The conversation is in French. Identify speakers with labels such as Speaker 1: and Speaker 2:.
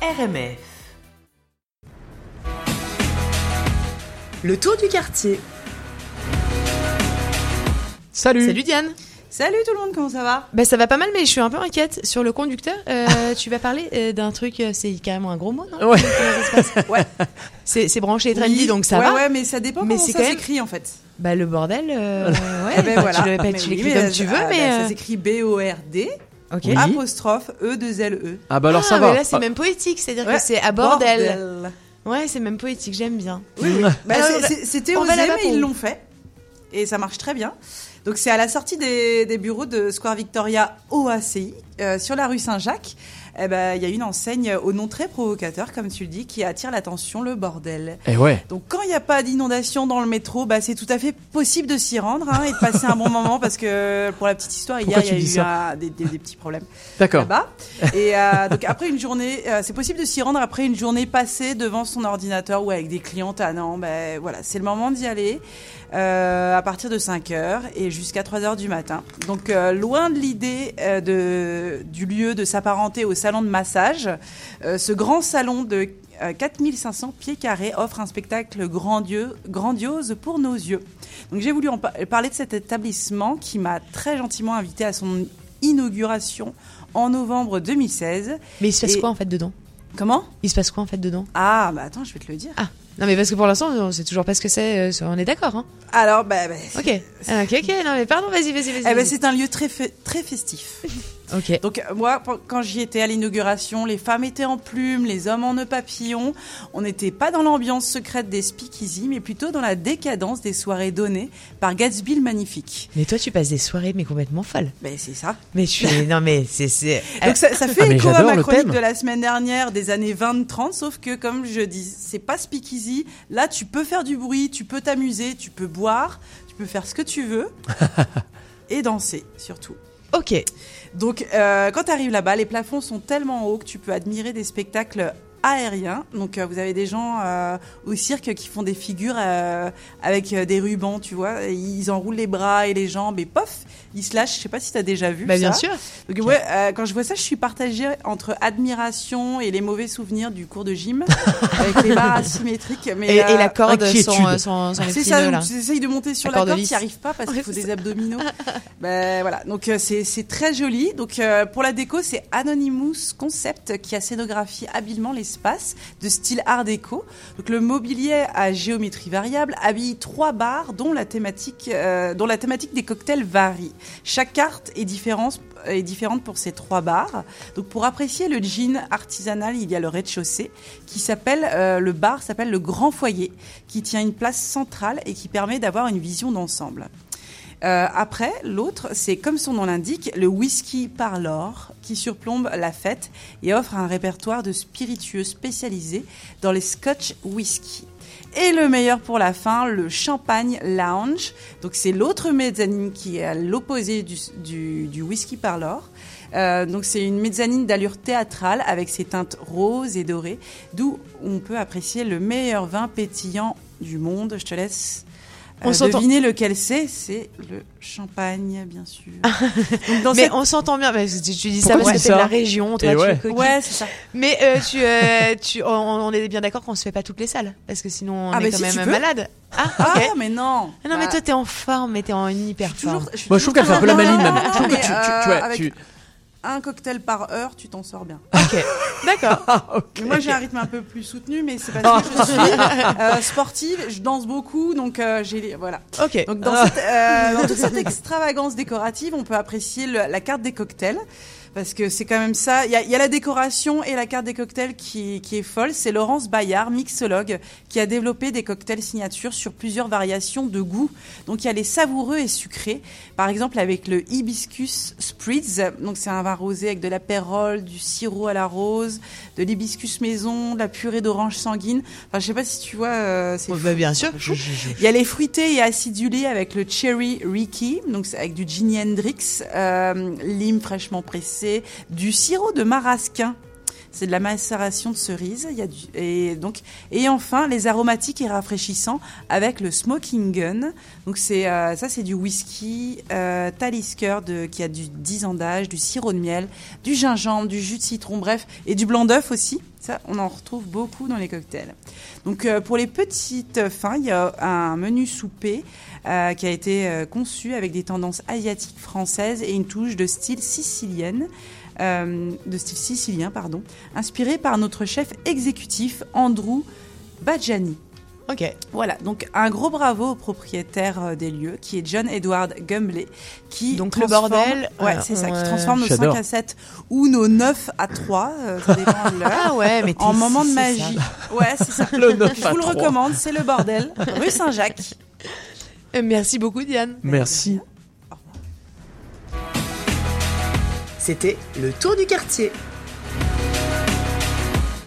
Speaker 1: RMF.
Speaker 2: Le tour du quartier.
Speaker 3: Salut.
Speaker 1: Salut Diane.
Speaker 2: Salut tout le monde, comment ça va
Speaker 1: Bah ça va pas mal mais je suis un peu inquiète sur le conducteur. Euh, tu vas parler euh, d'un truc, euh, c'est carrément un gros mot, non
Speaker 3: Ouais.
Speaker 1: Comment ça se passe
Speaker 2: Ouais.
Speaker 1: C'est c'est branché et trendy
Speaker 2: Oui.
Speaker 1: donc ça
Speaker 2: ouais,
Speaker 1: va.
Speaker 2: Ouais, mais ça dépend
Speaker 1: Mais
Speaker 2: comment
Speaker 1: c'est
Speaker 2: ça
Speaker 1: quand même-
Speaker 2: s'écrit en fait.
Speaker 1: Bah le bordel, euh, ouais.
Speaker 2: Eh ben
Speaker 1: bah,
Speaker 2: voilà.
Speaker 1: Tu devais pas
Speaker 2: Mais
Speaker 1: être
Speaker 2: oui,
Speaker 1: l'écris
Speaker 2: mais
Speaker 1: comme tu
Speaker 2: ça-
Speaker 1: veux
Speaker 2: ah,
Speaker 1: mais.
Speaker 2: bah,
Speaker 1: euh,
Speaker 2: Ça s'écrit B-O-R-D,
Speaker 1: ok.
Speaker 3: Oui.
Speaker 2: apostrophe E E-2-L-E.
Speaker 3: Ah bah alors ça
Speaker 1: Ah,
Speaker 3: va.
Speaker 1: Mais là c'est même poétique, c'est-à-dire
Speaker 2: Ouais,
Speaker 1: que c'est à bordel. Ouais c'est même poétique, j'aime bien.
Speaker 2: Oui, oui. Bah,
Speaker 1: Alors,
Speaker 2: c'est- c'est- C'était
Speaker 1: on
Speaker 2: osé,
Speaker 1: va là-bas
Speaker 2: mais
Speaker 1: pour-
Speaker 2: ils l'ont fait. Et ça marche très bien. Donc c'est à la sortie des, des bureaux de Square Victoria OACI, euh, sur la rue Saint-Jacques. Eh ben, Il y a une enseigne au nom très provocateur, comme tu le dis, qui attire l'attention, le bordel.
Speaker 3: Eh ouais.
Speaker 2: Donc quand il n'y a pas d'inondation dans le métro, bah, c'est tout à fait possible de s'y rendre hein, et de passer un bon moment parce que pour la petite histoire, hier
Speaker 3: Pourquoi
Speaker 2: il y a
Speaker 3: tu
Speaker 2: eu
Speaker 3: dis ça
Speaker 2: un- des, des- des petits problèmes
Speaker 1: Ah,
Speaker 3: D'accord.
Speaker 1: bah,
Speaker 2: là-bas. Et euh, donc après une journée, euh, c'est possible de s'y rendre après une journée passée devant son ordinateur ou avec des clientes. Ah non, ben voilà, c'est le moment d'y aller euh, à partir de 5 heures et jusqu'à 3 heures du matin. Donc euh, loin de l'idée euh, de du lieu de s'apparenter au salon de massage, euh, ce grand salon de euh, 4500 pieds carrés offre un spectacle grandieux, grandiose pour nos yeux. Donc j'ai voulu en par- parler de cet établissement qui m'a très gentiment invité à son inauguration en novembre 2016.
Speaker 1: Mais il se passe
Speaker 2: Et-
Speaker 1: quoi en fait dedans
Speaker 2: Comment
Speaker 1: Il se passe quoi en fait dedans
Speaker 2: Ah bah attends, je vais te le dire.
Speaker 1: Ah non mais parce que pour l'instant on sait toujours pas ce que c'est, euh, on est d'accord hein.
Speaker 2: Alors bah, bah,
Speaker 1: Ok. Ah, ok ok non mais pardon vas-y vas-y vas-y.
Speaker 2: eh ben,
Speaker 1: vas-y.
Speaker 2: c'est un lieu très fe- très festif.
Speaker 1: ok.
Speaker 2: Donc euh, moi, pen- quand j'y étais à l'inauguration, les femmes étaient en plumes, les hommes en nœuds papillons. On n'était pas dans l'ambiance secrète des speakeasy, mais plutôt dans la décadence des soirées données par Gatsby le Magnifique.
Speaker 1: Mais toi tu passes des soirées mais complètement folles.
Speaker 2: Ben c'est ça.
Speaker 1: Mais tu es... non mais c'est c'est
Speaker 2: Donc ça, ça fait
Speaker 3: Ah, mais
Speaker 2: écho à
Speaker 3: j'adore
Speaker 2: ma
Speaker 3: le
Speaker 2: chronique
Speaker 3: thème.
Speaker 2: de la semaine dernière des années 20-30, sauf que comme je dis, c'est pas speakeasy. Là, tu peux faire du bruit, tu peux t'amuser, tu peux boire, tu peux faire ce que tu veux et danser surtout.
Speaker 1: OK.
Speaker 2: Donc, euh, quand tu arrives là-bas, les plafonds sont tellement hauts que tu peux admirer des spectacles aériens. Donc, euh, vous avez des gens euh, au cirque qui font des figures euh, avec euh, des rubans, tu vois. Et Ils enroulent les bras et les jambes et pof, ils se lâchent. Je sais pas si tu as déjà vu.
Speaker 1: Bah bien
Speaker 2: ça.
Speaker 1: sûr.
Speaker 2: Donc, ouais, euh, quand je vois ça, je suis partagée entre admiration et les mauvais souvenirs du cours de gym avec les barres asymétriques. Mais,
Speaker 1: Et, et
Speaker 2: euh,
Speaker 1: la corde
Speaker 3: inquiétude.
Speaker 1: sans, euh, sans, sans les
Speaker 2: Ah, c'est
Speaker 1: petits
Speaker 2: ça,
Speaker 1: nœuds, là.
Speaker 2: donc tu essayes de monter sur
Speaker 1: La
Speaker 2: la
Speaker 1: corde
Speaker 2: corde,
Speaker 1: lisse.
Speaker 2: tu arrives pas parce
Speaker 1: Ouais,
Speaker 2: qu'il faut
Speaker 1: c'est
Speaker 2: des abdominaux. ben voilà, donc euh, c'est c'est très joli. Donc euh, pour la déco, c'est Anonymous Concept qui a scénographié habilement l'espace de style art déco. Donc le mobilier à géométrie variable habille trois bars dont la thématique euh, dont la thématique des cocktails varie. Chaque carte est différente est différente pour ces trois bars. Donc pour apprécier le gin artisanal, il y a le rez-de-chaussée qui s'appelle euh, le bar s'appelle le Grand Foyer qui tient une place centrale et qui permet d'avoir une vision d'ensemble. Euh, après, l'autre, c'est comme son nom l'indique, le whisky par l'or, qui surplombe la fête et offre un répertoire de spiritueux spécialisés dans les scotch whisky. Et le meilleur pour la fin, le champagne lounge. Donc c'est l'autre mezzanine qui est à l'opposé du, du- du whisky par l'or. Euh, donc c'est une mezzanine d'allure théâtrale avec ses teintes roses et dorées, d'où on peut apprécier le meilleur vin pétillant du monde. Je te laisse
Speaker 1: On
Speaker 2: euh,
Speaker 1: s'entend.
Speaker 2: deviner lequel c'est. C'est le champagne, bien sûr. Donc, dans
Speaker 1: Ah. Mais
Speaker 2: cette-
Speaker 1: on s'entend bien. parce que tu, tu dis ça
Speaker 3: Pourquoi
Speaker 1: parce
Speaker 3: tu dis
Speaker 1: que t'es de
Speaker 3: ça
Speaker 1: la région, toi,
Speaker 3: Et
Speaker 1: tu
Speaker 3: ouais.
Speaker 1: coquilles.
Speaker 2: Eh Ouais, c'est ça.
Speaker 1: Mais euh, tu, euh, tu, on, on est bien d'accord qu'on se fait pas toutes les salles, parce que sinon on
Speaker 2: Ah,
Speaker 1: est
Speaker 2: mais
Speaker 1: quand
Speaker 2: si, tu
Speaker 1: même
Speaker 2: peux.
Speaker 1: malade. Ah,
Speaker 2: Ah,
Speaker 1: ok.
Speaker 2: mais non.
Speaker 1: Ah non, mais
Speaker 2: Bah,
Speaker 1: toi t'es en forme, mais t'es en hyper
Speaker 2: je suis toujours.
Speaker 1: forme.
Speaker 2: suis
Speaker 3: Moi je
Speaker 2: toujours-
Speaker 3: trouve qu'elle fait
Speaker 1: Ah,
Speaker 3: un peu la
Speaker 1: bah,
Speaker 2: Non, non,
Speaker 3: maline
Speaker 2: non,
Speaker 3: même.
Speaker 2: non,
Speaker 3: Je trouve que
Speaker 2: mais,
Speaker 3: tu, tu,
Speaker 2: euh,
Speaker 3: tu, ouais,
Speaker 2: avec
Speaker 3: tu-
Speaker 2: Un cocktail par heure, tu t'en sors bien.
Speaker 1: Ok, d'accord.
Speaker 3: Ah, ok.
Speaker 2: Mais Moi, j'ai un rythme un peu plus soutenu, mais c'est parce
Speaker 1: Oh.
Speaker 2: que je suis euh, sportive, je danse beaucoup, donc euh, j'ai les- voilà.
Speaker 1: Ok.
Speaker 2: Donc dans, cette, euh, dans toute cette extravagance décorative, on peut apprécier le- la carte des cocktails. Parce que c'est quand même ça. Il y, a- il y a la décoration et la carte des cocktails qui, qui est folle. C'est Laurence Bayard, mixologue, qui a développé des cocktails signatures sur plusieurs variations de goûts. Donc il y a les savoureux et sucrés. Par exemple avec le hibiscus spritz. Donc c'est un vin rosé avec de l'apérole, du sirop à la rose, de l'hibiscus maison, de la purée d'orange sanguine. Enfin je sais pas si tu vois. euh, c'est
Speaker 1: Bon, bah, bien sûr.
Speaker 2: il y a les fruités et acidulés avec le cherry Ricky, donc c'est avec du Ginny Hendrix, euh, lime fraîchement pressée, du sirop de marasquin. C'est de la macération de cerises. Il y a du, et, donc, et enfin, les aromatiques et rafraîchissants avec le smoking gun. Donc, c'est, euh, ça, c'est du whisky euh, Talisker de, qui a du 10 ans d'âge, du sirop de miel, du gingembre, du jus de citron, bref, et du blanc d'œuf aussi. Ça, on en retrouve beaucoup dans les cocktails. Donc, euh, pour les petites fins, il y a un menu souper euh, qui a été euh, conçu avec des tendances asiatiques françaises et une touche de style sicilienne. euh, de style sicilien, pardon, inspiré par notre chef exécutif Andrew Bajani.
Speaker 1: Ok.
Speaker 2: Voilà, donc un gros bravo au propriétaire euh, des lieux, qui est John Edward Gumbley, qui
Speaker 1: Donc le
Speaker 2: transforme-
Speaker 1: bordel,
Speaker 2: ouais,
Speaker 1: euh,
Speaker 2: c'est ça,
Speaker 1: on,
Speaker 2: qui
Speaker 1: euh,
Speaker 2: transforme nos 5
Speaker 3: J'adore.
Speaker 2: à 7 ou nos 9 à 3, euh, ça dépend de l'heure,
Speaker 1: Ah ouais, mais t'es-
Speaker 2: en moment de
Speaker 1: c'est ça.
Speaker 2: magie. Ouais, c'est ça.
Speaker 3: Le 9
Speaker 2: Je
Speaker 3: à
Speaker 2: vous le
Speaker 3: 3.
Speaker 2: recommande, c'est le bordel, rue Saint-Jacques.
Speaker 1: Euh, Merci beaucoup, Diane.
Speaker 3: Merci.
Speaker 4: C'était le tour du quartier.